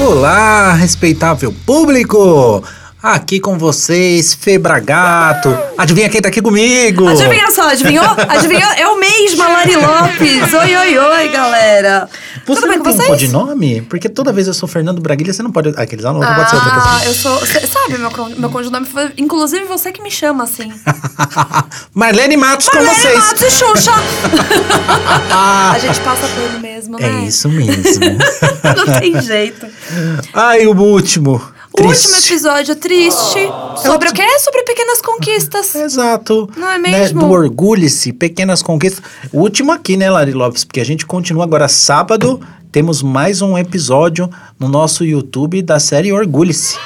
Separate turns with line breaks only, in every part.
Olá, respeitável público! Aqui com vocês, Febragato. Adivinha quem tá aqui comigo?
Adivinha só, adivinhou? Adivinhou? É Eu mesma, Lari Lopes. Oi, oi, oi, galera.
Você
Tudo bem
não
com
tem um
vocês?
codinome? Porque toda vez eu sou Fernando Braguilha, você não pode. Ah, Aqueles lá não, não pode ser outra
Ah,
pessoa.
eu sou. cê Sabe, meu, con- meu codinome foi. Inclusive você que me chama assim.
Marlene Matos com
Lari
É vocês. Ah.
Matos e Xuxa. A gente passa tudo mesmo, né?
É isso mesmo.
Não tem jeito.
Ai, o último.
O
Triste.
Último é episódio triste. Sobre o quê? Sobre pequenas conquistas.
Exato.
Não é
Né,
mesmo?
Do orgulhe-se, pequenas conquistas. O último aqui, né, Lari Lopes? Porque a gente continua agora sábado. Temos mais um episódio no nosso YouTube da série Orgulhe-se.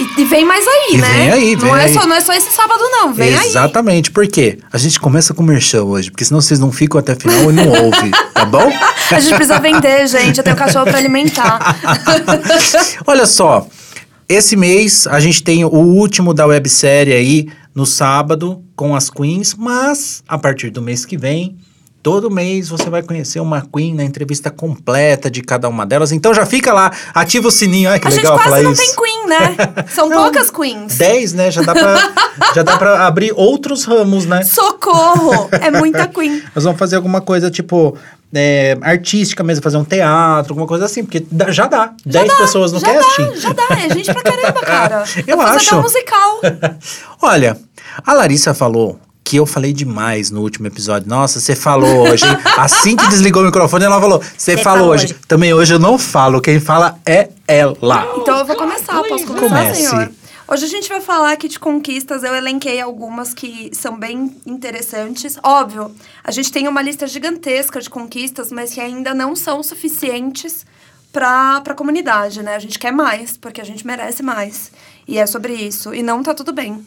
E, e vem mais aí,
E
né?
vem aí,
não,
vem
é
aí.
Só, não é só esse sábado, não. Vem aí.
Exatamente. Por quê? A gente começa com o merchan hoje, porque senão vocês não ficam até o final e não ouvem, tá bom?
A gente precisa vender, gente. Eu tenho um cachorro pra alimentar.
Olha só, esse mês a gente tem o último da websérie aí no sábado com as queens, mas a partir do mês que vem, todo mês você vai conhecer uma queen na entrevista completa de cada uma delas. Então já fica lá, ativa o sininho. Ai, que
a gente
legal falar
quase não
isso.
tem queen, né? São
Não.
poucas queens.
10, né? Já dá, pra, já dá pra abrir outros ramos, né?
Socorro! É muita queen.
Nós vamos fazer alguma coisa, tipo, é, artística mesmo, fazer um teatro, alguma coisa assim, porque dá- já dá. 10 pessoas no
já
casting.
dá, já dá. É gente pra caramba, cara.
Eu
Dá pra fazer
acho.
até um musical.
Olha, a Larissa falou que eu falei demais no último episódio. Nossa, você falou hoje. hein? assim que desligou o microfone, ela falou: Você falou,
falou
hoje. Também hoje eu não falo, quem fala é ela.
Então eu vou começar, posso começar,
Comece.
senhor? Hoje a gente vai falar aqui de conquistas, eu elenquei algumas que são bem interessantes. Óbvio, a gente tem uma lista gigantesca de conquistas, mas que ainda não são suficientes para a comunidade, né? A gente quer mais, porque a gente merece mais. E é sobre isso. E não tá tudo bem.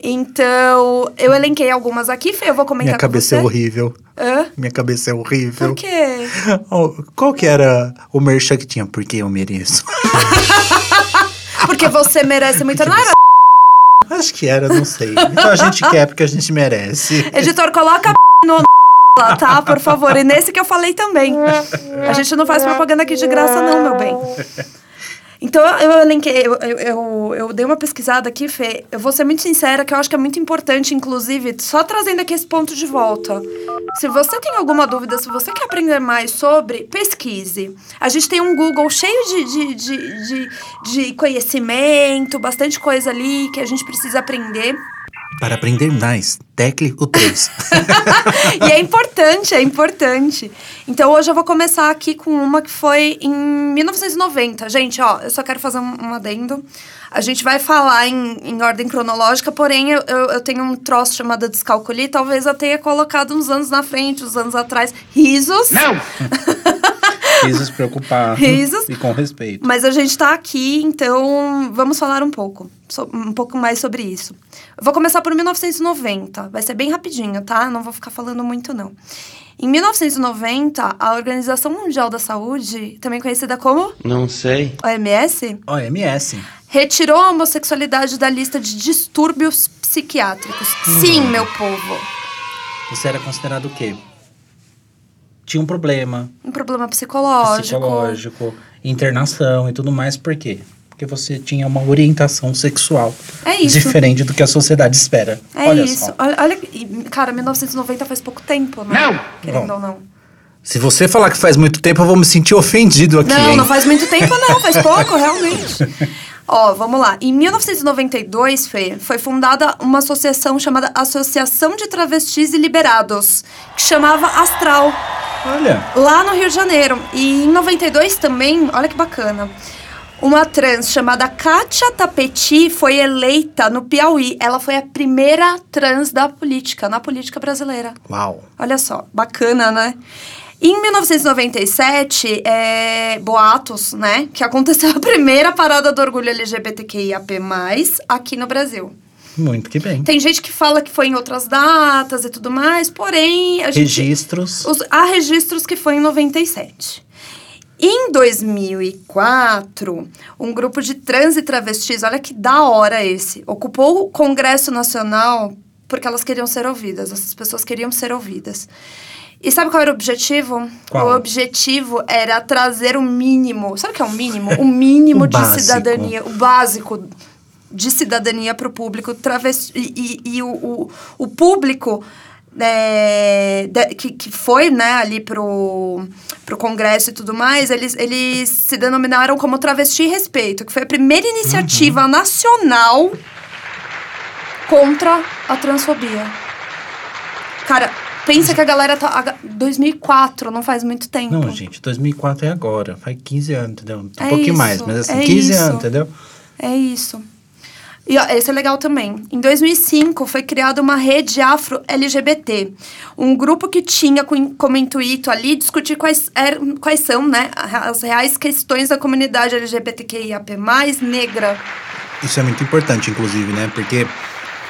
Então, eu elenquei algumas aqui, Fê, eu vou comentar
Minha cabeça é
com você.
horrível.
Hã?
Minha cabeça é horrível.
Por quê?
Oh, Qual que era o merchan que tinha? Porque eu mereço.
Porque você merece muito. Não era
Acho que era, não sei. Então a gente quer porque a gente merece.
Editor, coloca a p no n- lá, tá? Por favor. E nesse que eu falei também. A gente não faz propaganda aqui de graça, não, meu bem. Então, eu elenquei, eu, eu, eu, eu dei uma pesquisada aqui, Fê. Eu vou ser muito sincera, que eu acho que é muito importante, inclusive, só trazendo aqui esse ponto de volta. Se você tem alguma dúvida, se você quer aprender mais sobre, pesquise. A gente tem um Google cheio de, de, de, de, de conhecimento, bastante coisa ali que a gente precisa aprender.
Para aprender mais, tecle o 3.
e é importante, é importante. Então hoje eu vou começar aqui com uma que foi em 1990. Gente, ó, eu só quero fazer um, um adendo. A gente vai falar em, em ordem cronológica, porém eu, eu, eu tenho um troço chamado Descalculi. Talvez eu tenha colocado uns anos na frente, uns anos atrás. Risos.
Quis nos preocupar.
Risos.
E com respeito.
Mas a gente tá aqui, então vamos falar um pouco, so- um pouco mais sobre isso. Eu vou começar por 1990, vai ser bem rapidinho, tá? Não vou ficar falando muito não. Em 1990, a Organização Mundial da Saúde, também conhecida como
Não sei.
OMS,
OMS.
retirou a homossexualidade da lista de distúrbios psiquiátricos.
Uhum.
Sim, meu povo.
Você era considerado o quê? Tinha um problema
Um problema psicológico.
psicológico, internação e tudo mais, por quê? Porque você tinha uma orientação sexual
É isso.
diferente do que a sociedade espera.
É
Olha
isso.
só.
Olha, olha, e, cara, 1990 faz pouco tempo, né?
Não!
Querendo
Bom.
ou não.
Se você falar que faz muito tempo, eu vou me sentir ofendido aqui,
Não,
hein?
não faz muito tempo, não, faz pouco, realmente. Ó, vamos lá. Em 1992, Fê, foi fundada uma associação chamada Associação de Travestis e Liberados, que chamava Astral,
Olha.
lá no Rio de Janeiro. E em 92 também, olha que bacana. Uma trans chamada Kátia Tapeti foi eleita no Piauí. Ela foi a primeira trans da política, na política brasileira.
Uau.
Olha só, bacana, né? Em 1997, é, boatos, né? Que aconteceu a primeira parada do orgulho LGBTQIAP+, aqui no Brasil.
Muito que bem.
Tem gente que fala que foi em outras datas e tudo mais, porém... A gente,
Registros.
os- há registros que foi em 97. Em 2004, um grupo de trans e travestis, olha que da hora esse, ocupou o Congresso Nacional porque elas queriam ser ouvidas, essas pessoas queriam ser ouvidas. E sabe qual era o objetivo?
Qual?
O objetivo era trazer o mínimo. Sabe o que é o mínimo? O mínimo
O
de
básico.
cidadania, o básico de cidadania para o público travesti. E, e- e o, o, o público né, da- que, que foi né, ali pro, pro Congresso e tudo mais, eles, eles se denominaram como Travesti e Respeito, que foi a primeira
Uhum.
iniciativa nacional contra a transfobia. Cara, pensa que a galera tá. a ga- 2004, não faz muito tempo.
Não, gente, 2004 é agora. Faz 15 anos, entendeu? Um
É
pouquinho
isso,
mais, mas assim,
é
15
isso.
anos, entendeu?
É isso. E ó, esse é legal também. Em 2005, foi criada uma rede afro-LGBT. Um grupo que tinha com- como intuito ali discutir quais, eram, quais são né, as reais questões da comunidade LGBTQIAP+, negra.
Isso é muito importante, inclusive, né? Porque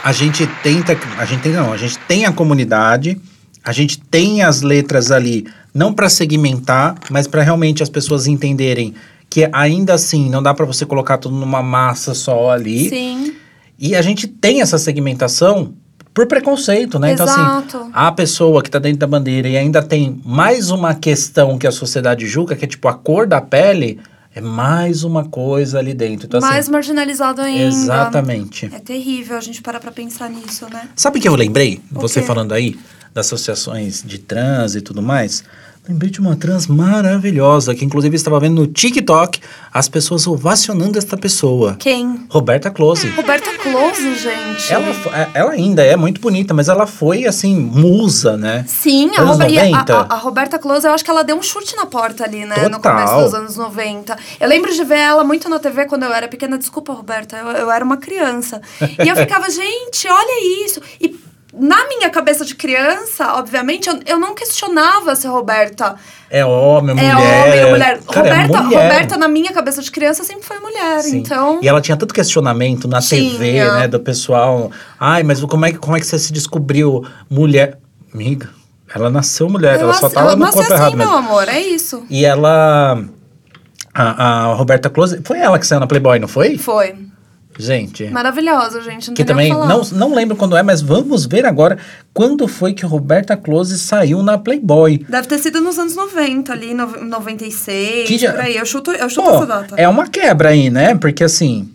a gente tenta, a gente tem não, a gente tem a comunidade, a gente tem as letras ali, não para segmentar, mas para realmente as pessoas entenderem que ainda assim não dá para você colocar tudo numa massa só ali.
Sim.
E a gente tem essa segmentação por preconceito, né? Então assim,
Exato.
a pessoa que tá dentro da bandeira e ainda tem mais uma questão que a sociedade julga, que é tipo a cor da pele, é mais uma coisa ali dentro. Então, assim,
Mais marginalizado ainda.
Exatamente.
É terrível a gente parar pra pensar nisso, né?
Sabe o que eu lembrei?
O
Você
quê?
falando aí das associações de trans e tudo mais. Lembrei de uma trans maravilhosa, que inclusive estava vendo no TikTok as pessoas ovacionando esta pessoa.
Quem?
Roberta Close.
Roberta Close, gente.
Ela, fo- é- ela ainda é muito bonita, mas ela foi, assim, musa, né?
Sim, a,
Anos
Rober- e a-
90.
a- a Roberta Close, eu acho que ela deu um chute na porta ali, né? No
Total.
começo dos anos 90. Eu lembro de ver ela muito na TV quando eu era pequena. Desculpa, Roberta, eu, eu era uma criança. E eu ficava, gente, olha isso. E na minha cabeça de criança, obviamente, eu, eu não questionava se a Roberta
É homem, mulher.
é homem ou mulher.
Cara, é
Roberta,
mulher.
Roberta, na minha cabeça de criança, sempre foi mulher.
Sim.
Então.
E ela tinha tanto questionamento na
Tinha.
TV, né, do pessoal. Ai, mas como é que, como é que você se descobriu mulher? Amiga, ela nasceu mulher, ela só
ass-
tava no
nasci
corpo
assim,
errado
meu
mesmo.
amor, é isso.
E ela. A, a Roberta Close. Foi ela que saiu na Playboy, não foi?
Foi.
Gente.
Maravilhosa, gente. Não
que
tem nem
também.
o falar.
Não, não lembro quando é, mas vamos ver agora quando foi que Roberta Close saiu na Playboy.
Deve ter sido nos anos 90, ali, no, 96,
Que já-
por aí. Eu chuto, eu chuto
Pô,
essa data.
é uma quebra aí, né? Porque assim,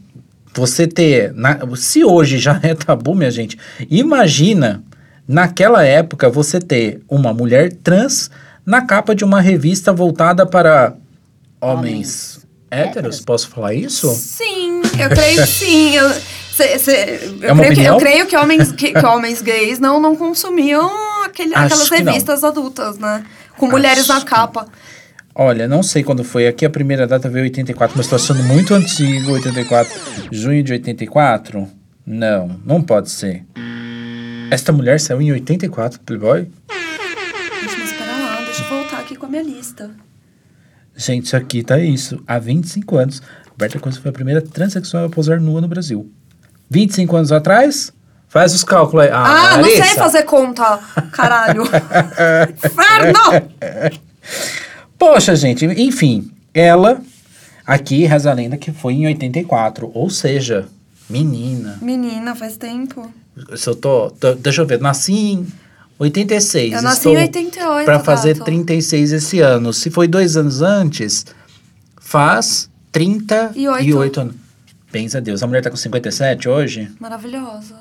você ter. na- se hoje já é tabu, minha gente, imagina naquela época você ter uma mulher trans na capa de uma revista voltada para homens, héteros. Posso falar isso?
Sim, eu creio que sim. Eu, cê- cê- eu
É uma
creio que, eu
opinião?
creio que homens, que, que homens gays não, não consumiam aquele-
Acho
aquelas
que não.
revistas adultas, né? Com mulheres na
Acho que-
capa.
Olha, não sei quando foi. Aqui a primeira data veio 84, mas tô achando muito antigo 84. Junho de 84? Não, não pode ser. Esta mulher saiu em 84, Playboy?
Gente, mas espera lá, deixa eu voltar aqui com a minha lista.
Gente, isso aqui tá isso. Há 25 anos, Roberta Costa foi a primeira transexual a posar nua no Brasil. 25 anos atrás? Faz os cálculos aí.
Ah, não sei
Larissa.
fazer conta, caralho. Inferno!
Poxa, gente, enfim, ela aqui reza a lenda que foi em 84, ou seja, menina.
Menina, faz tempo.
Se eu tô, tô- deixa eu ver, nasci em 86.
Eu nasci
estou
em 88,
Pra fazer
gato.
36 esse ano. Se foi dois anos antes, faz 38
E oito.
anos. Pensa Deus, a mulher tá com 57 hoje?
Maravilhosa,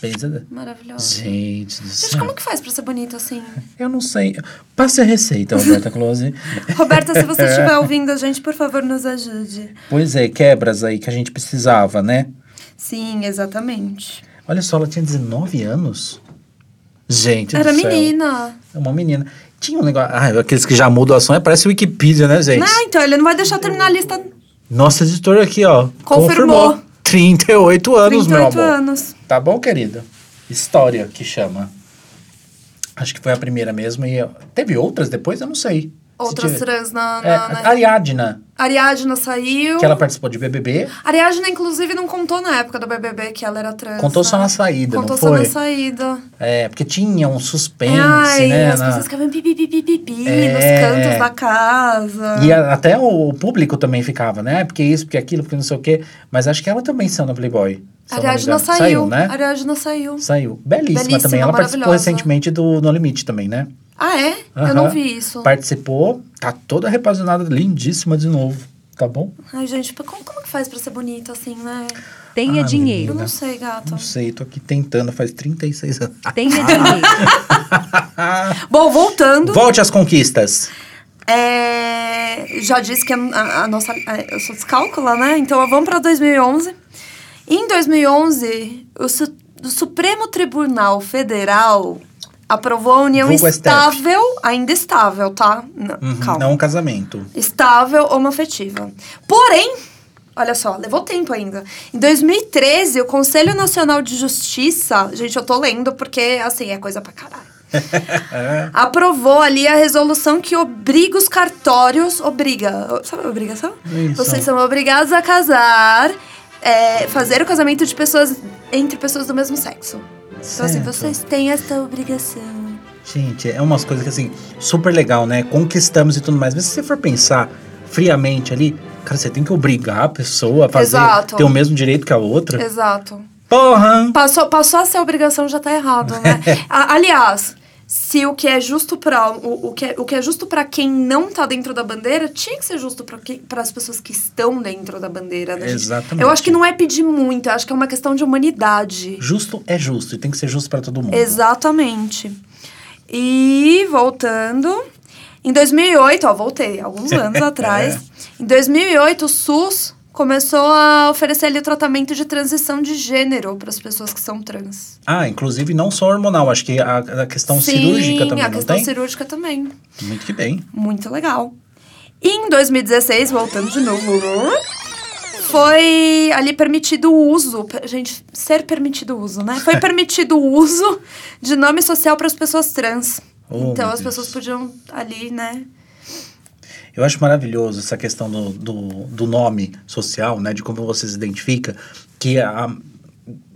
Pensa Deus.
maravilhosa.
Gente do céu.
Gente, como que faz pra ser bonito assim?
Ah. Eu não sei. Passe a receita, Roberta Close.
Roberta, se
É.
você estiver ouvindo a gente, por favor, nos ajude.
pois é, quebras aí que a gente precisava, né?
Sim, exatamente.
Olha só, ela tinha 19 anos. Gente
Era
do céu.
menina.
É uma menina. Tinha um negócio... Ah, aqueles que já mudam a ação, é, parece Wikipedia, né, gente?
Não, então, ele não vai deixar eu terminar a lista.
Nosso editor aqui, ó.
Confirmou.
38 anos, meu
38
amor.
anos.
Tá bom, querido? História que chama. Acho que foi a primeira mesmo. E teve outras depois? Eu não sei. Se
Outras né?
tiver-
trans na... na,
É,
na-
a Ariadna,
Ariadna saiu.
que ela participou de BBB,
Ariadna, inclusive, não contou na época do BBB que ela era trans.
contou só
né?
na saída,
Contou
não
só
foi?
na saída.
É, porque tinha um suspense,
Ai,
né?
as
na-
pessoas ficavam pipi, pipi, pipi, nos
É.
cantos da casa.
E a- até o, o público também ficava, né? Porque isso, porque aquilo, porque não sei o quê. Mas acho que ela também saiu na Playboy. se eu não me
Ariadna
engano.
saiu.
né?
Ariadna saiu.
Saiu. Belíssima,
Belíssima,
também. Ela participou
maravilhosa.
recentemente do No Limite também, né?
Ah, é? Eu
Aham.
não vi isso.
Participou, tá toda repaginada, lindíssima de novo, tá bom?
Ai, gente, como, como que faz pra ser bonita assim, né?
Ah,
Tenha
Eu
dinheiro.
Né?
não sei, gato.
Não sei, tô aqui tentando faz 36 anos.
Tenha dinheiro.
Bom, voltando.
Volte às conquistas.
É, já disse que a, a- a nossa. a- eu sou descálcula, né? Então vamos para 2011. Em 2011, o, Su- o Supremo Tribunal Federal aprovou a união
Vulgo STF.
estável, ainda estável, tá? Não,
Uhum,
calma.
Não um casamento.
Estável homoafetiva. Porém, olha só, levou tempo ainda. Em 2013, o Conselho Nacional de Justiça. Gente, eu tô lendo porque, assim, é coisa pra caralho.
É,
Aprovou ali a resolução que obriga os cartórios. Obriga. Sabe a obrigação?
Isso.
Vocês são obrigados a casar. é, fazer o casamento de pessoas entre pessoas do mesmo sexo. Então, assim,
Certo.
vocês têm essa obrigação.
Gente, é umas coisas que assim, super legal, né? Conquistamos e tudo mais. Mas se você for pensar friamente ali, cara, você tem que obrigar a pessoa a fazer
Exato.
ter o mesmo direito que a outra.
Exato.
Porra!
Passou, passou a ser obrigação, já tá errado, né? A- aliás, se o que é justo pra o, o que é, o que é justo para quem não tá dentro da bandeira, tinha que ser justo para as pessoas que estão dentro da bandeira, né, gente?
Exatamente.
Eu acho que não é pedir muito, eu acho que é uma questão de humanidade.
Justo é justo e tem que ser justo pra todo mundo.
Exatamente. E voltando, em 2008, ó, voltei, alguns anos atrás.
É.
Em 2008, o SUS começou a oferecer ali o tratamento de transição de gênero para as pessoas que são trans.
Ah, inclusive não só hormonal, acho que a, a questão
Sim,
cirúrgica também,
a
não
questão
tem?
cirúrgica também.
Muito que bem.
Muito legal. E em 2016, voltando de novo, foi ali permitido o uso, per- gente, ser permitido o uso, né? Foi permitido o uso de nome social para as pessoas trans.
Oh,
então
meu
as
Deus.
pessoas podiam ali, né?
Eu acho maravilhoso essa questão do, do, do nome social, né? De como você se identifica. Que a-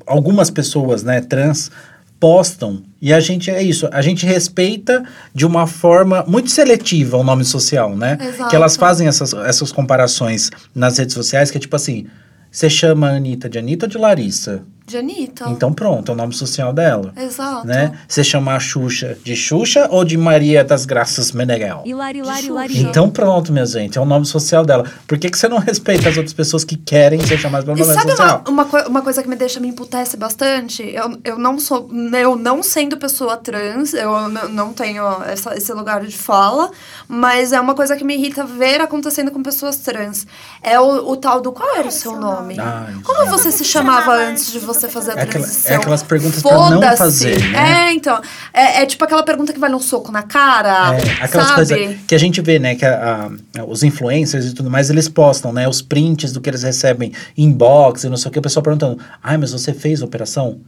algumas pessoas, né, trans, postam. E a gente, é isso, a gente respeita de uma forma muito seletiva o nome social, né?
Exato.
Que elas fazem essas, essas comparações nas redes sociais, que é tipo assim... Você chama a Anitta de Anitta ou de Larissa?
De Anitta.
Então pronto, é o nome social dela.
Ah. Exato.
Né? Você chama a Xuxa de Xuxa ou de Maria das Graças Meneghel?
Hilari, hilari,
Xuxa.
hilari.
Então pronto, minha gente, é o nome social dela. Por que, que você não respeita as outras pessoas que querem ser chamadas pelo
E
nome
sabe
social?
uma, uma, coi- uma coisa que me deixa me emputece bastante? Eu, eu não sou. Eu não sendo pessoa trans, eu n- não tenho essa- esse lugar de fala, mas é uma coisa que me irrita ver acontecendo com pessoas trans. É o, o tal do qual era o seu nome?
Ah, isso.
Como você se chamava antes de você fazer a
É aquela-
transição?
é aquelas perguntas pra não
Foda-se.
fazer, né?
É, então. É, é tipo aquela pergunta que vale um soco na cara,
É, aquelas
sabe?
coisas que a gente vê, né? Que a- a- os influencers e tudo mais, eles postam, né? Os prints do que eles recebem, inbox e não sei o que. O pessoal perguntando, ai, mas você fez a operação?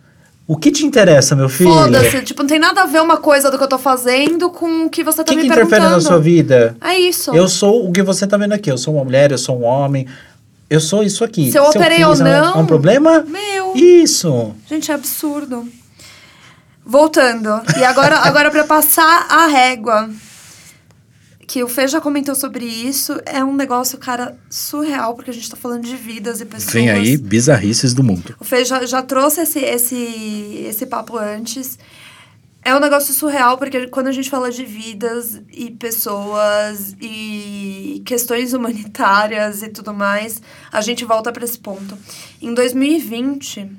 O que te interessa, meu filho?
Foda-se. Tipo, não tem nada a ver uma coisa do que eu tô fazendo com o que você
O
tá
que,
me
que
perguntando.
interfere na sua vida?
É isso.
Eu sou o que você tá vendo aqui. Eu sou uma mulher, eu sou um homem. Eu sou isso aqui.
Se eu operei ou
fiz, é um-
não,
É um problema?
Meu.
Isso.
Gente, é absurdo. Voltando. E agora, agora para passar a régua. Que o Fê já comentou sobre isso. É um negócio, cara, surreal, porque a gente tá falando de vidas e pessoas.
bizarrices do mundo.
O Fê já, já trouxe esse, esse, esse papo antes. É um negócio surreal, porque quando a gente fala de vidas e pessoas e questões humanitárias e tudo mais, a gente volta para esse ponto. Em 2020,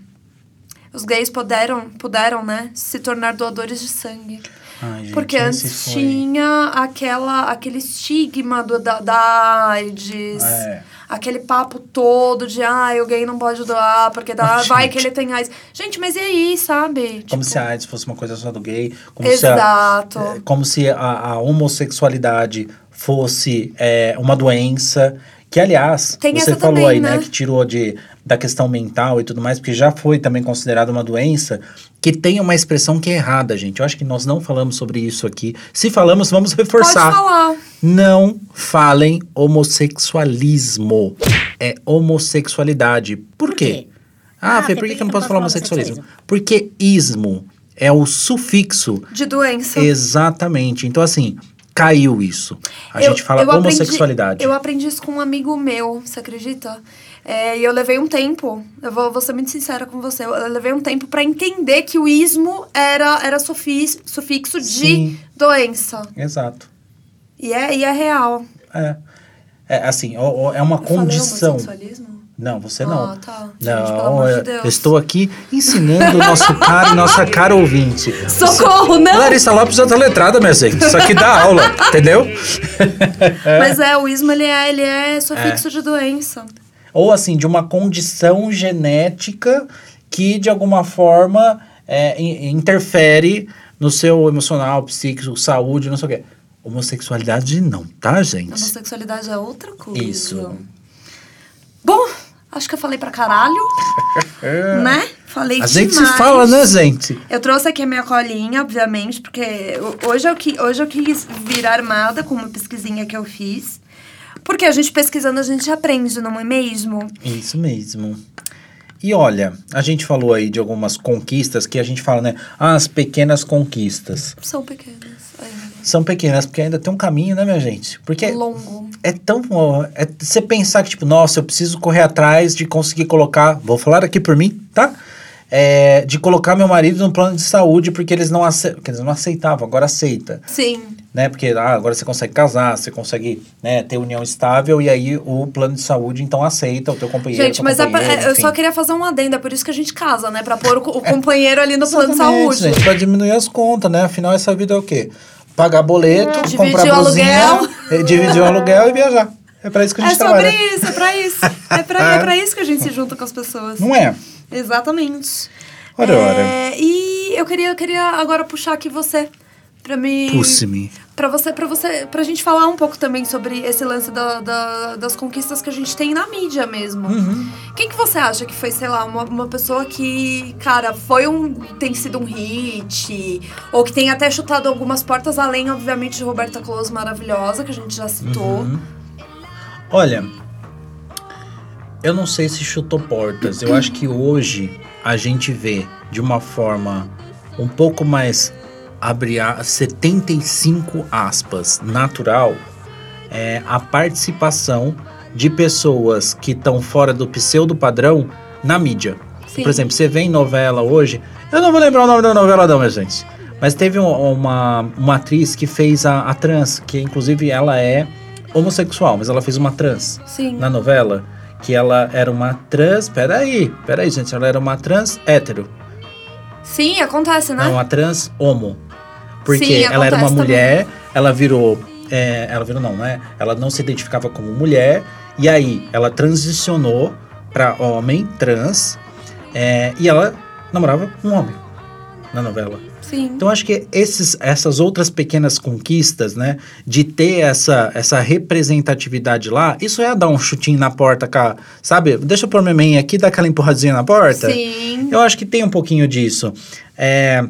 os gays puderam, puderam, né, se tornar doadores de sangue.
Ai, gente,
Porque
esse
antes
foi-
tinha aquela, aquele estigma do, da, da AIDS,
É.
aquele papo todo de ah, o gay não pode doar, porque dá,
Ah,
vai
gente.
que ele tem AIDS. Gente, mas e aí, sabe?
Como
Tipo,
se a AIDS fosse uma coisa só do gay. Como
Exato.
Se a, eh, como se a, a homossexualidade fosse eh, uma doença. Que, aliás,
Tem
você
essa
falou
também,
aí, né?
né?
Que tirou de, da questão mental e tudo mais, porque já foi também considerada uma doença que tem uma expressão que é errada, gente. Eu acho que nós não falamos sobre isso aqui. Se falamos, vamos
Pode
reforçar.
falar.
Não falem homossexualismo. É homossexualidade. Por, quê?
quê?
Ah,
Ah,
Fê, por
Fê,
que, que eu não posso falar homossexualismo? Porque ismo é o sufixo.
De doença.
Exatamente. Então, assim, caiu isso. A
Eu-
gente fala
eu aprendi-
homossexualidade.
eu aprendi isso com um amigo meu, você acredita? É, e eu levei um tempo, eu vou, vou ser muito sincera com você, eu levei um tempo pra entender que o ismo era, era sufis- sufixo de
Sim.
doença.
Exato.
E é, e é real.
É. É assim, ó, ó, é uma
Eu
condição.
Falei homossexualismo?
Não, você não.
Ah, tá. Gente,
Não,
pelo amor de
eu-
Deus.
eu estou aqui ensinando o nosso cara e nossa cara ouvinte.
Socorro, não!
Larissa Lopes é outra letrada, minha gente. Isso aqui dá aula, entendeu?
Mas é, o ismo ele é, ele é sufixo de doença.
Ou assim, de uma condição genética que, de alguma forma, é, in- interfere no seu emocional, psíquico, saúde, não sei o quê. Homossexualidade não, tá, gente?
Homossexualidade é outra coisa.
Isso.
Bom, acho que eu falei pra caralho, né? Falei
A gente
demais.
se fala, né, gente?
Eu trouxe aqui a minha colinha, obviamente, porque ho- hoje eu, qui- hoje eu quis vir armada com uma pesquisinha que eu fiz. Porque a gente pesquisando, a gente aprende, não é mesmo?
Isso mesmo. E olha, a gente falou aí de algumas conquistas que a gente fala, né? Ah, as pequenas conquistas.
São pequenas. É,
São pequenas, porque ainda tem um caminho, né, minha gente? Porque
longo.
é tão. ó, É, você pensar que, tipo, nossa, eu preciso correr atrás de conseguir colocar. Vou falar aqui por mim, tá? É, de colocar meu marido no plano de saúde, porque eles não, ace, porque eles não aceitavam, agora aceita.
Sim.
Né? Porque ah, agora você consegue casar, você consegue né, ter união estável, e aí o plano de saúde então aceita o teu companheiro.
Gente,
tua
mas é pra-
companheira,
é, eu
enfim.
só queria fazer um adendo, é por isso que a gente casa, né? Pra pôr o, co- o companheiro ali no um plano de
Exatamente,
saúde.
Gente, pra diminuir as contas, né? Afinal, essa vida é o quê? Pagar boleto,
Hum, Dividir
comprar
o
blusinha,
aluguel.
eh, dividir o aluguel e viajar. É pra isso que a gente
É sobre
trabalha.
isso, é pra isso. É pra, é pra isso que a gente se junta com as pessoas.
Não é?
Exatamente.
Ora,
É, E eu queria, eu queria agora puxar aqui você pra me.
Pusse-me.
Pra você, pra você, pra gente falar um pouco também sobre esse lance da, da- das conquistas que a gente tem na mídia mesmo.
Uhum.
Quem que você acha que foi, sei lá, uma, uma pessoa que, cara, foi um. tem sido um hit, ou que tem até chutado algumas portas, além, obviamente, de Roberta Close maravilhosa, que a gente já citou.
Uhum. Olha, eu não sei se chutou portas. Eu acho que hoje a gente vê de uma forma um pouco mais abre a- 75 aspas natural é, a participação de pessoas que estão fora do pseudo padrão na mídia.
Sim.
Por exemplo, você vê em novela hoje. Eu não vou lembrar o nome da novela, não, minha gente. Mas teve um- uma, uma atriz que fez a, a trans, que inclusive ela é homossexual, mas ela fez uma trans
Sim.
na novela. Que ela era uma trans. Peraí, peraí, gente. Ela era uma trans hétero.
Sim, acontece, né?
Não, é uma trans homo. Porque
Sim,
ela era uma
acontece também.
mulher, ela virou. é, ela virou, não, né? Ela não se identificava como mulher. E aí, ela transicionou pra homem trans. é, e ela namorava um homem na novela.
Sim.
Então, acho que esses, essas outras pequenas conquistas, né? De ter essa, essa representatividade lá, isso é dar um chutinho na porta, cá, sabe? Deixa eu pôr minha mãe aqui, dar aquela empurradinha na porta.
Sim.
Eu acho que tem um pouquinho disso. É,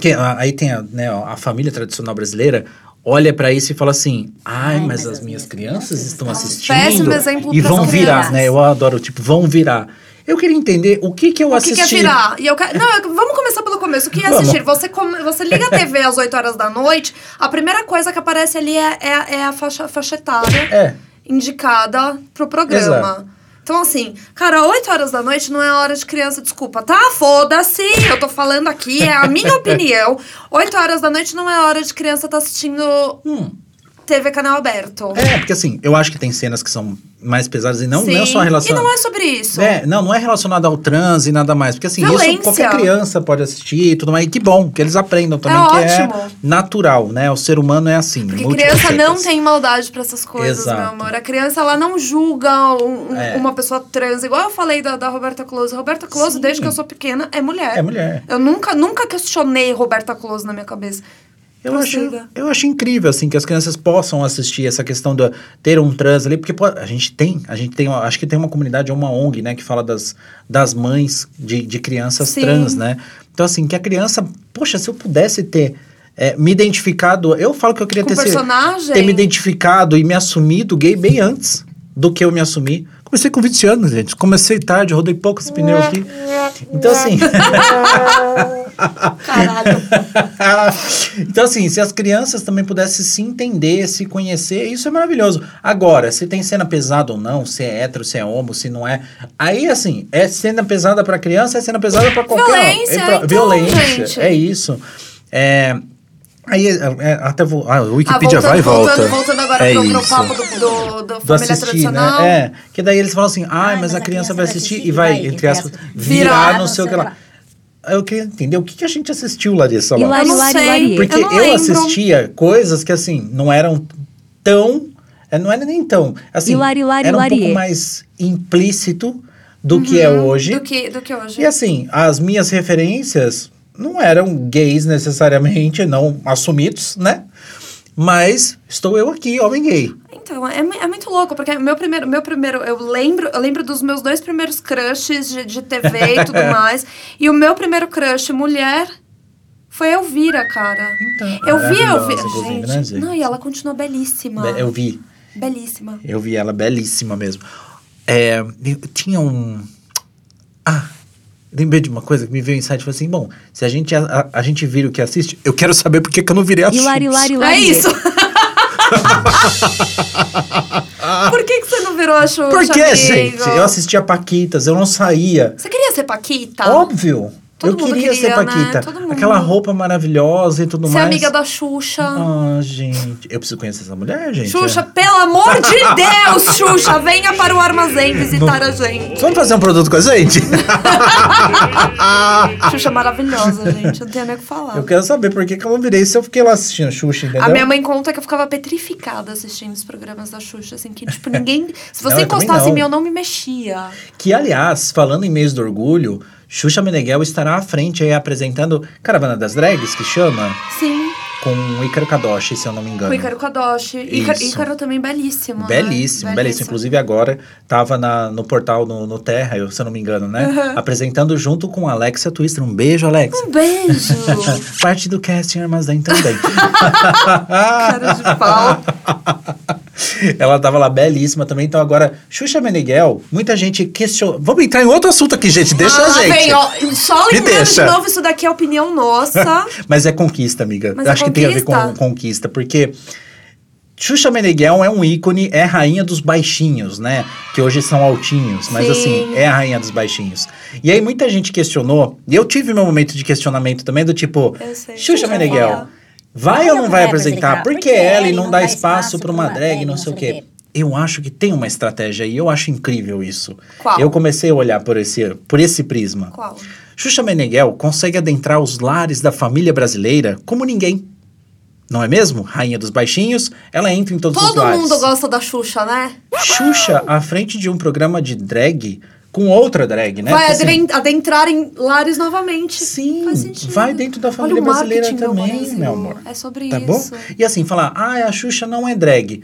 que, a- aí tem a, né, a família tradicional brasileira olha pra isso e fala assim: ai, mas, as minhas crianças, estão assistindo
péssimo exemplo
e
pras
vão virar,
crianças."
né? Eu adoro tipo vão virar. Eu queria entender o que que eu
O que,
assisti.
que é virar? E eu quero... Não, eu- vamos começar pelo começo. O que é
Vamos.
assistir? Você, come- você liga a TV às 8 horas da noite, a primeira coisa que aparece ali é, é- é a faixa, faixa etária
É.
indicada pro programa. Então, assim, cara, 8 horas da noite não é hora de criança, desculpa, tá? Foda-se, eu tô falando aqui, é a minha opinião. 8 horas da noite não é hora de criança estar assistindo
Hum.
TV canal aberto.
É, porque assim, eu acho que tem cenas que são mais pesadas e não,
Sim.
não é só
E
relacionado.
não é sobre isso.
É, não, não é relacionado ao trans e nada mais. Porque assim, isso
Violência.
qualquer criança pode assistir e tudo mais. E que bom que eles aprendam também,
É
que é
ótimo.
natural, né? O ser humano é assim.
Porque
múltiplas
criança não
cepas.
tem maldade pra essas coisas,
Exato.
meu amor. A criança, ela não julga um- um-
É.
uma pessoa trans. Igual eu falei da, da Roberta Close. Roberta Close,
Sim.
desde que eu sou pequena, é mulher.
É mulher.
Eu nunca, nunca questionei Roberta Close na minha cabeça.
Eu acho,
Prossiga.
eu acho incrível, assim, que as crianças possam assistir essa questão de ter um trans ali, porque pô, a gente tem, a gente tem, uma- acho que tem uma comunidade, uma ONG, né, que fala das, das mães de, de crianças
Sim.
trans, né? Então, assim, que a criança, poxa, se eu pudesse ter é, me identificado, eu falo que eu queria
Com
ter, se-
personagem.
ter me identificado e me assumido gay bem antes do que eu me assumi. Comecei com 20 anos, gente. Comecei tarde, rodei pouco esse pneu aqui. Então, assim.
Caralho.
então, assim, se as crianças também pudessem se entender, se conhecer, isso é maravilhoso. Agora, se tem cena pesada ou não, se é hétero, se é homo, se não é. Aí, assim, é cena pesada pra criança, é cena pesada pra qualquer um.
Violência,
É pra-
então,
violência,
gente.
é isso. É. Aí, é, é, até vou. Ah, o
Ah,
Wikipedia vai e volta.
Voltando, voltando agora
é
pro, pro
isso.
papo do, do, do
do
família
assistir,
tradicional.
né? É, que daí eles falam assim, ai, mas, a criança vai assistir, e vai, entre aspas, virar, não sei o que lá. Eu queria entender o que, que a gente assistiu, Larissa, lá.
Eu
Lari,
não
lari,
sei.
lari.
Porque
eu
eu,
não lembro.
assistia coisas que, assim, não eram tão... é, Não era nem tão... Assim,
Hilari, lari,
era um pouco
lari.
mais implícito do que é hoje.
Do que, do que hoje.
E assim, as minhas referências não eram gays necessariamente, não assumidos, né? Mas estou eu aqui, homem gay.
Então, é, mu- é muito louco, porque meu primeiro, meu primeiro, eu lembro, eu lembro dos meus dois primeiros crushes de, de TV e tudo mais. E o meu primeiro crush mulher foi Elvira, cara.
Então,
eu vi a
maravilhosa,
Elvira.
inclusive,
Gente,
né, gente?
Não, e ela continua belíssima.
Be- Eu vi,
Belíssima.
eu vi ela belíssima mesmo. É, eu- tinha um. Ah, lembrei de uma coisa que me veio em site e falei assim: bom, se a gente, a, a- a gente vira o que assiste, eu quero saber por que que eu não virei a
Hilari, lari, lari.
É isso. Por que, que você não virou a Xuxa,
Por que,
amigo?
gente? Eu assistia Paquitas, eu não saía.
Você queria ser Paquita?
Óbvio!
Tá. Todo
eu
mundo
queria, ser
queria, né?
Paquita.
Todo mundo.
Aquela roupa maravilhosa e tudo
Ser
mais.
amiga da Xuxa.
Ah, gente. Eu preciso conhecer essa mulher, gente. é.
Xuxa, pelo amor de Deus, Xuxa, venha para o armazém visitar a gente.
Vamos fazer um produto com a gente?
Xuxa é maravilhosa, gente. Não tenho nem o que falar.
Ah. eu quero saber por que, que eu não virei se eu fiquei lá assistindo Xuxa, entendeu?
A minha mãe conta que eu ficava petrificada assistindo os programas da Xuxa, assim, que, tipo, ninguém. Se
Não,
você
eu também
encostasse em
não.
mim, eu não me mexia.
Que, aliás, falando em mês do orgulho, Xuxa Meneghel estará à frente aí apresentando Caravana das Drags, que chama,
Sim,
com o Ícaro Kadoshi, se eu não me engano.
com Ícaro Kadoshi. Ícaro,
Isso.
Ícaro também belíssimo. né?
Belíssimo, belíssimo. Inclusive agora tava na, no portal no, no Terra, eu- se eu não me engano, né? Apresentando junto com Alexia Twister. Um beijo, Alexia.
Um beijo.
Parte do casting então Armas da também.
Cara de pau.
Ela tava lá belíssima também. Então agora, Xuxa Meneghel, muita gente questionou. Vamos entrar em outro assunto aqui, gente. Deixa a
Ah,
gente.
Bem, ó, só
Me
lembrando de
deixa.
novo, isso daqui é opinião nossa.
Mas é conquista, amiga.
Mas
Eu
é
Acho que tem a ver com
conquista.
conquista, porque Xuxa Meneghel é um ícone, é a rainha dos baixinhos, né? Que hoje são altinhos, mas
Sim.
assim, é a rainha dos baixinhos. E aí muita gente questionou, e eu tive meu momento de questionamento também, do tipo,
Eu sei.
Xuxa
Xuxa
Meneghel,
Meneghel.
vai ou não vai apresentar? Por que ela e não dá espaço para uma drag, não sei o quê? Eu acho que tem uma estratégia e eu acho incrível isso.
Qual?
Eu comecei a olhar por esse, por esse prisma.
Qual?
Xuxa Meneghel consegue adentrar os lares da família brasileira como ninguém. Não é mesmo? Rainha dos baixinhos, ela entra em todos os
Todo
lares.
mundo gosta da Xuxa, né?
Xuxa à frente de um programa de drag com outra drag, né?
Vai
Assim,
adren- adentrar em lares novamente.
Sim,
Faz sentido.
vai dentro da família
Olha o marketing,
brasileira
meu
também,
Brasil.
meu amor.
É sobre
Tá bom?
isso.
E assim, falar, ah, a Xuxa não é drag.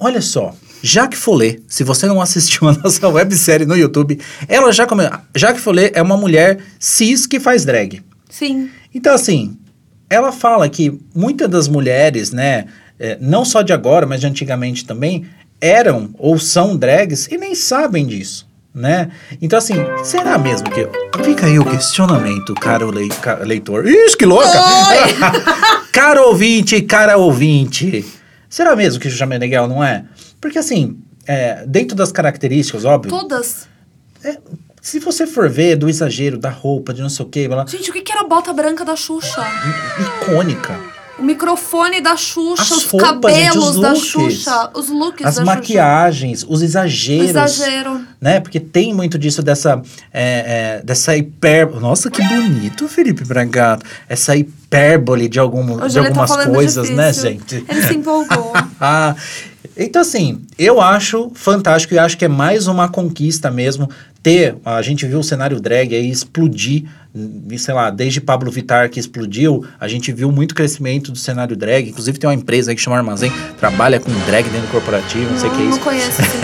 Olha só, Jaque Follet, se você não assistiu a nossa websérie no YouTube, ela já come... Jaque Follet é uma mulher cis que faz drag.
Sim.
Então, assim, ela fala que muitas das mulheres, né, eh, não só de agora, mas de antigamente também, eram ou são drags e nem sabem disso, né? Então, assim, será mesmo que. Fica aí o questionamento, caro lei- ca- leitor. Ixi, que louca! caro ouvinte, cara ouvinte. Será mesmo que Xuxa Meneghel não é? Porque, assim, eh, dentro das características, óbvio,
Todas.
se você for ver do exagero, da roupa, de não sei o quê, blá, blá,
Gente, o que que era a bota branca da Xuxa?
icônica.
O microfone da Xuxa,
As
os
roupas,
cabelos
gente, os
da
looks.
Xuxa, os looks
as
da
maquiagens, os
Xuxa.
exageros.
Exagero.
Né? Porque tem muito disso dessa, é, é, dessa hiper... Nossa, que bonito, Felipe Bragato. Essa hipérbole de, algum,
Hoje
de
ele tá
algumas
falando
coisas,
difícil.
né, gente?
Ele se empolgou.
Ah, então, assim, eu acho fantástico e acho que é mais uma conquista mesmo ter. A gente viu o cenário drag aí explodir, hum, sei lá, desde Pablo Vittar que explodiu, a gente viu muito crescimento do cenário drag. Inclusive, tem uma empresa aí que chama Armazém, trabalha com drag dentro do corporativo, não sei o que é
não
isso.
conheço esse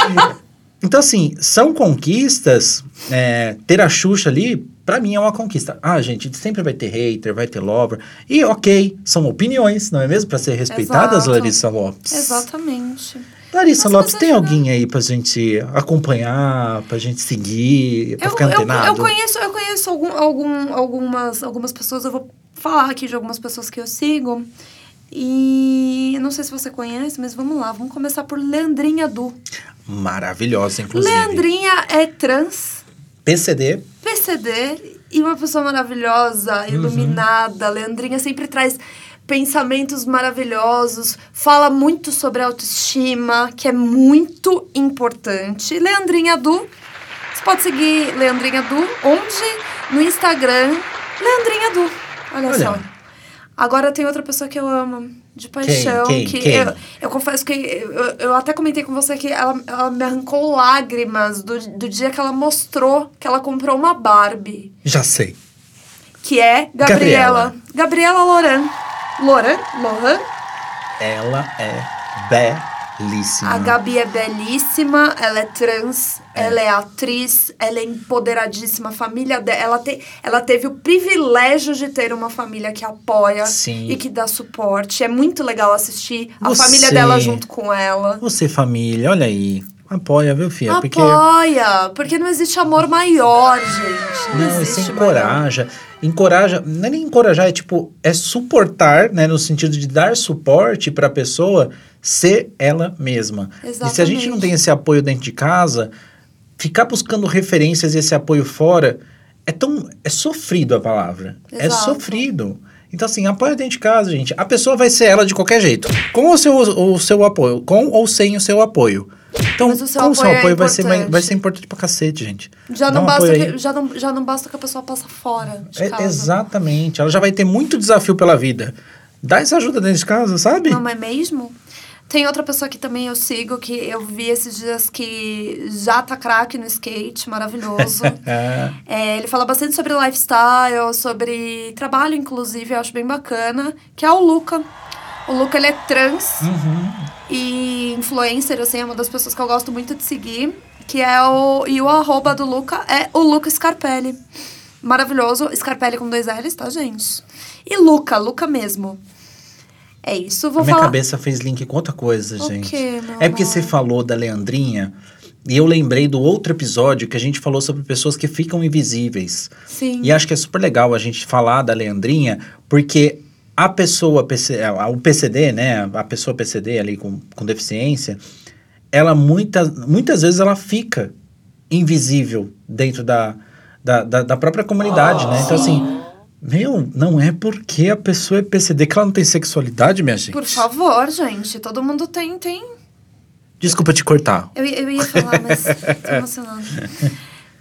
empresa.
Então, assim, são conquistas. é, ter a Xuxa ali, pra mim, é uma conquista. Ah, gente, sempre vai ter hater, vai ter lover. E ok, são opiniões, não é mesmo? Pra ser respeitadas,
Exato.
Larissa Lopes.
Exatamente.
Larissa
Nossa,
Lopes,
mas né?
tem
acho-
alguém aí pra gente acompanhar, pra gente seguir, pra
Eu,
ficar
eu, eu
antenado?
conheço, eu conheço algum, algum- algumas, algumas pessoas, eu vou falar aqui de algumas pessoas que eu sigo. E eu não sei se você conhece, mas vamos lá, vamos começar por Leandrinha Du.
Maravilhosa, inclusive.
Leandrinha é trans,
PCD,
PCD e uma pessoa maravilhosa, iluminada. Leandrinha sempre traz pensamentos maravilhosos, fala muito sobre autoestima, que é muito importante. Leandrinha Du, você pode seguir Leandrinha Du onde? No Instagram, Leandrinha Du. Olha,
Olha.
só. Agora tem outra pessoa que eu amo, de paixão,
quem,
que
quem?
Eu, eu confesso que eu, eu até comentei com você que ela, ela me arrancou lágrimas do, do dia que ela mostrou que ela comprou uma Barbie,
já sei.
que é Gabriela. Gabriela Loran. Loran? Loran?
Ela é belíssima.
A Gabi é belíssima, ela é trans, ela é atriz, ela é empoderadíssima. A família dela, ela, te, ela teve o privilégio de ter uma família que apoia
Sim.
e que dá suporte. É muito legal assistir a
Você-
família dela junto com ela.
Você, família, olha aí. Apoia, viu, filha? É, Porque
Apoia! Porque não existe amor maior, gente. Não,
Não, é isso
existe maior.
encoraja. Encoraja, não é nem encorajar, é tipo, é suportar, né? No sentido de dar suporte pra pessoa ser ela mesma. E se a gente não
Exatamente.
tem esse apoio dentro de casa, ficar buscando referências e esse apoio fora é tão. É sofrido a palavra. É
Exato.
sofrido. Então, assim, apoia dentro de casa, gente. A pessoa vai ser ela de qualquer jeito. Com o seu, o seu apoio. Com ou sem o seu apoio. Então,
Mas o seu
com o seu
apoio é
apoio vai, ser, mais- vai
importante.
ser importante pra cacete, gente.
Já
Dá
não,
um
basta
apoio aí.
que, já, não, já não basta que a pessoa passa fora de
É,
casa.
exatamente. Ela já vai ter muito desafio pela vida. Dá essa ajuda dentro de casa, sabe?
Não, mas mesmo? Tem outra pessoa que também eu sigo, que eu vi esses dias que já tá craque no skate, maravilhoso.
É,
É, ele fala bastante sobre lifestyle, sobre trabalho, inclusive, eu acho bem bacana, que é o Luca. O Luca, ele é trans
Uhum.
e influencer, assim, é uma das pessoas que eu gosto muito de seguir, que é o... E o arroba do Luca é o Luca Scarpelli. Maravilhoso, Scarpelli com dois L's, tá, gente? E Luca, Luca mesmo. É isso, vou
minha
falar...
cabeça fez link com outra coisa,
O
gente.
quê, meu
é porque
amor?
você falou da Leandrinha e eu lembrei do outro episódio que a gente falou sobre pessoas que ficam invisíveis.
Sim.
E acho que é super legal a gente falar da Leandrinha, porque a pessoa, PC a- o PCD, né? A pessoa PCD ali com, com deficiência, ela muita, muitas vezes ela fica invisível dentro da, da, da, da própria comunidade, né? Então, assim,
Ah,
meu, não é porque a pessoa é PCD que ela não tem sexualidade, minha gente.
Por favor, gente, todo mundo tem, tem.
Desculpa te cortar.
Eu, ia- eu ia falar, mas tô emocionada.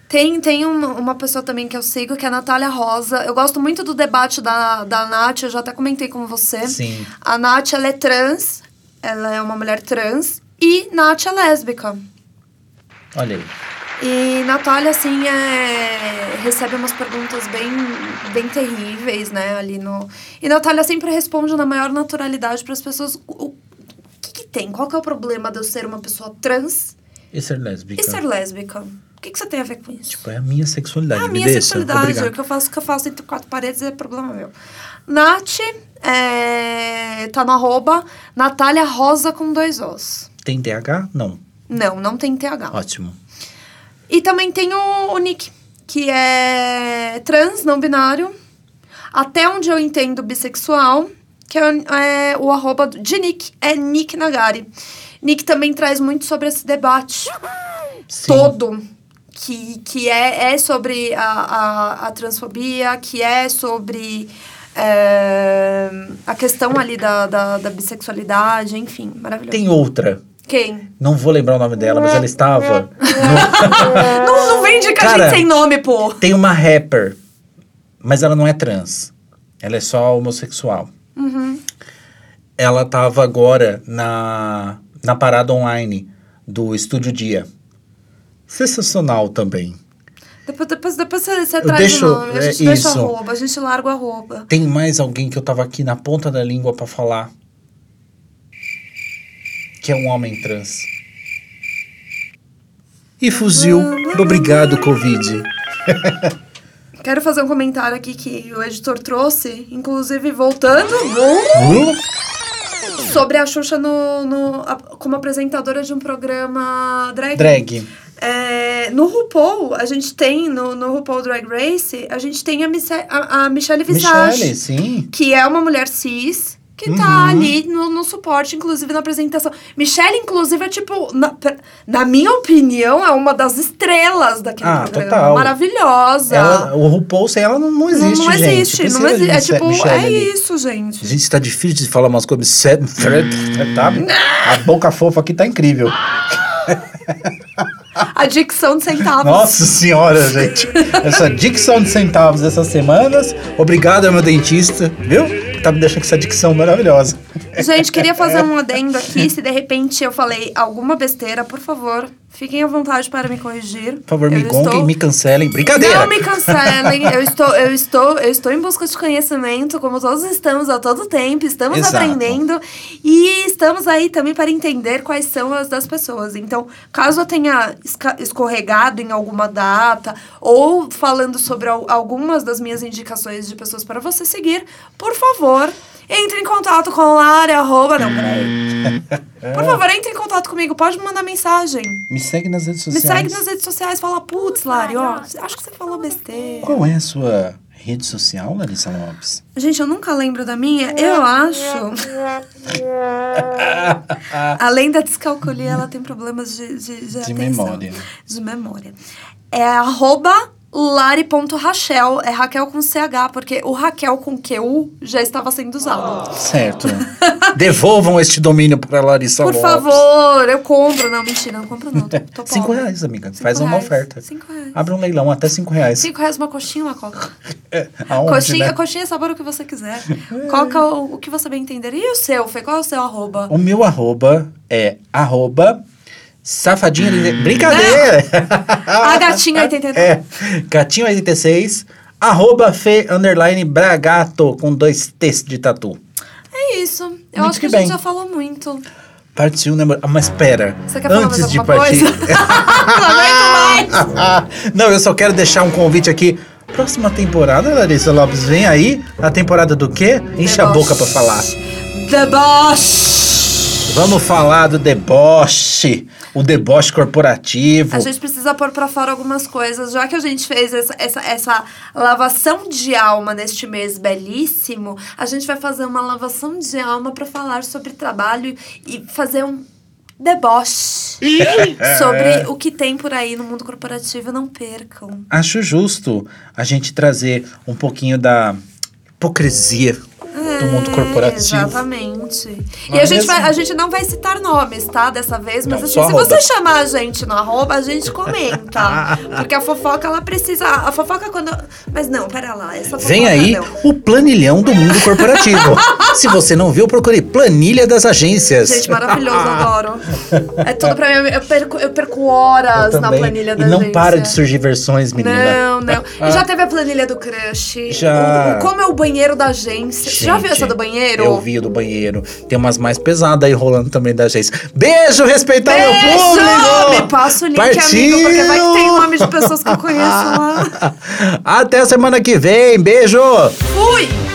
Tem, tem uma, uma pessoa também que eu sigo, que é a Natália Rosa. Eu gosto muito do debate da, da Nath, eu já até comentei com você.
Sim.
A Nath, ela é trans, ela é uma mulher trans, e Nath é lésbica.
Olha aí.
E Natália, assim, é... recebe umas perguntas bem, bem terríveis, né, ali no... E Natália sempre responde na maior naturalidade para as pessoas o, o que, que tem, qual que é o problema de eu ser uma pessoa trans
E tá. ser é lésbica.
e ser lésbica? O que, que você tem a ver com isso?
É a minha sexualidade.
a
me
minha
deixa.
sexualidade, o
Obrigado.
que eu faço, o que eu faço entre quatro paredes é problema meu. Nath, é... tá no arroba, Natália Rosa com dois Os.
Tem TH? Não.
Não, não tem TH.
Ótimo.
E também tem o, o Nick, que é trans, não binário, até onde eu entendo bissexual, que é, o- é o arroba de Nick, é Nick Nagari. Nick também traz muito sobre esse debate
Sim.
todo, que, que é, é sobre a, a, a transfobia, que é sobre é, a questão ali da, da, da bissexualidade, enfim, maravilhoso.
Tem outra.
Quem?
Não vou lembrar o nome dela, mas ela estava.
Não, não vem de que a
Cara,
gente sem nome, pô!
Tem uma rapper, mas ela não é trans. Ela é só homossexual. Ela estava agora na, na parada online do Estúdio Dia. Sensacional também.
Depois, depois, depois você, você
Eu
traz
deixo-
o nome, a gente
é
deixa o
isso.
arroba, a gente larga o arroba.
Tem mais alguém que eu tava aqui na ponta da língua pra falar. Que é um homem trans. E fuzil. Obrigado, Covid.
Quero fazer um comentário aqui que o editor trouxe, inclusive voltando.
Hum?
Sobre a Xuxa no, no- a- como apresentadora de um programa drag.
Drag.
É, no RuPaul, a gente tem, no, no RuPaul Drag Race, a gente tem a, Mise- a, a Michelle Visage.
Michelle, sim.
que é uma mulher cis que
Uhum.
tá ali no, no suporte, inclusive na apresentação. Michelle, inclusive, é tipo, na, pra- na minha opinião, é uma das estrelas daquele
Ah,
programa. é
total.
Maravilhosa.
Ela, o RuPaul sem ela não, não existe,
não, não
gente.
existe,
Precisa
não
de
existe. É
Miche-
tipo,
Michelle
é
ali.
isso, gente.
Gente, tá difícil de falar umas coisas. sério, Tá? A boca fofa aqui tá incrível.
Ah, A dicção de centavos.
Nossa senhora, gente. Essa dicção de centavos essas semanas. Obrigado ao meu dentista, viu? Tá me deixando com essa dicção maravilhosa.
Gente, queria fazer um adendo aqui. Se de repente eu falei alguma besteira, por favor, fiquem à vontade para me corrigir.
Por favor, me
Eu
gonguem,
estou
me cancelem. Brincadeira!
Não me cancelem, eu estou, eu estou, eu estou em busca de conhecimento, como todos estamos a todo tempo, estamos
Exato.
aprendendo e estamos aí também para entender quais são as das pessoas. Então, caso eu tenha esca- escorregado em alguma data ou falando sobre al- algumas das minhas indicações de pessoas para você seguir, por favor, entre em contato com Lara, arroba, não, peraí. Por favor, entre em contato comigo, pode me mandar mensagem.
Me segue nas redes
Me
sociais.
segue nas redes sociais, fala, putz, Lari, ó, acho que você falou besteira.
Qual é a sua rede social, Larissa Lopes?
Gente, eu nunca lembro da minha, eu acho. Além da descalculia, ela tem problemas de, de, de, atenção.
memória.
De memória. É arroba lari.rachel, é Raquel com CH, porque o Raquel com QU já estava sendo usado.
Certo. Devolvam este domínio para Larissa
Por
Lopes.
favor, eu compro. Não, mentira, eu não compro não, tô, tô
Cinco
pobre.
reais, amiga.
Cinco
Faz uma
reais,
oferta.
Cinco reais.
Abre um leilão até cinco reais.
Cinco reais uma coxinha, uma coca.
Aonde,
coxinha,
né? É.
coxinha, sabor o que você quiser. Coloca o, o que você bem entender. E o seu, Fê? Qual é o seu arroba?
O meu arroba é arroba safadinha... Brincadeira!
A gatinha 89.
Ah, É, gatinho86, arroba fe, underline, bragato, com dois T's de tatu.
É isso. Eu
Muito
acho
que
que, a
bem.
gente já falou muito.
Partiu, né? Ah, mas pera,
Você quer falar mais
antes de
alguma
partir...
coisa? Não aguento mais.
Não, eu só quero deixar um convite aqui. Próxima temporada, Larissa Lopes, vem aí. A temporada do quê? Enche a boca pra falar.
Deboche.
Vamos falar do deboche, o deboche corporativo.
A gente precisa pôr pra fora algumas coisas. Já que a gente fez essa, essa, essa lavação de alma neste mês belíssimo, a gente vai fazer uma lavação de alma pra falar sobre trabalho e fazer um deboche sobre o que tem por aí no mundo corporativo. Não percam.
Acho justo a gente trazer um pouquinho da hipocrisia do mundo corporativo.
Hum, Exatamente.
Não
e
é
a gente,
mesmo?
vai- a gente não vai citar nomes, tá? Dessa vez, mas
Não,
assim,
só
se
arroba.
você chamar a gente no arroba, a gente comenta. porque a fofoca, ela precisa. A fofoca quando. Mas não, pera lá. Essa fofoca
Vem aí
não.
o planilhão do mundo corporativo. Se você não viu, procure Planilha das Agências.
Gente, maravilhoso, adoro. É tudo pra mim. Eu perco, eu perco horas
Eu
na
também.
planilha da
E não
agência.
para de surgir versões, menina.
Não, não. E já teve a planilha do crush.
Já.
O, o como é o banheiro da agência. já viu
Gente,
essa do banheiro?
Eu vi a do banheiro. Tem umas mais pesadas aí rolando também da agência. Beijo, respeitar meu
Beijo!
público!
Me passa o link,
Partiu!
amigo, porque vai que tem nome de pessoas que eu conheço lá.
Até a semana que vem. Beijo!
Fui!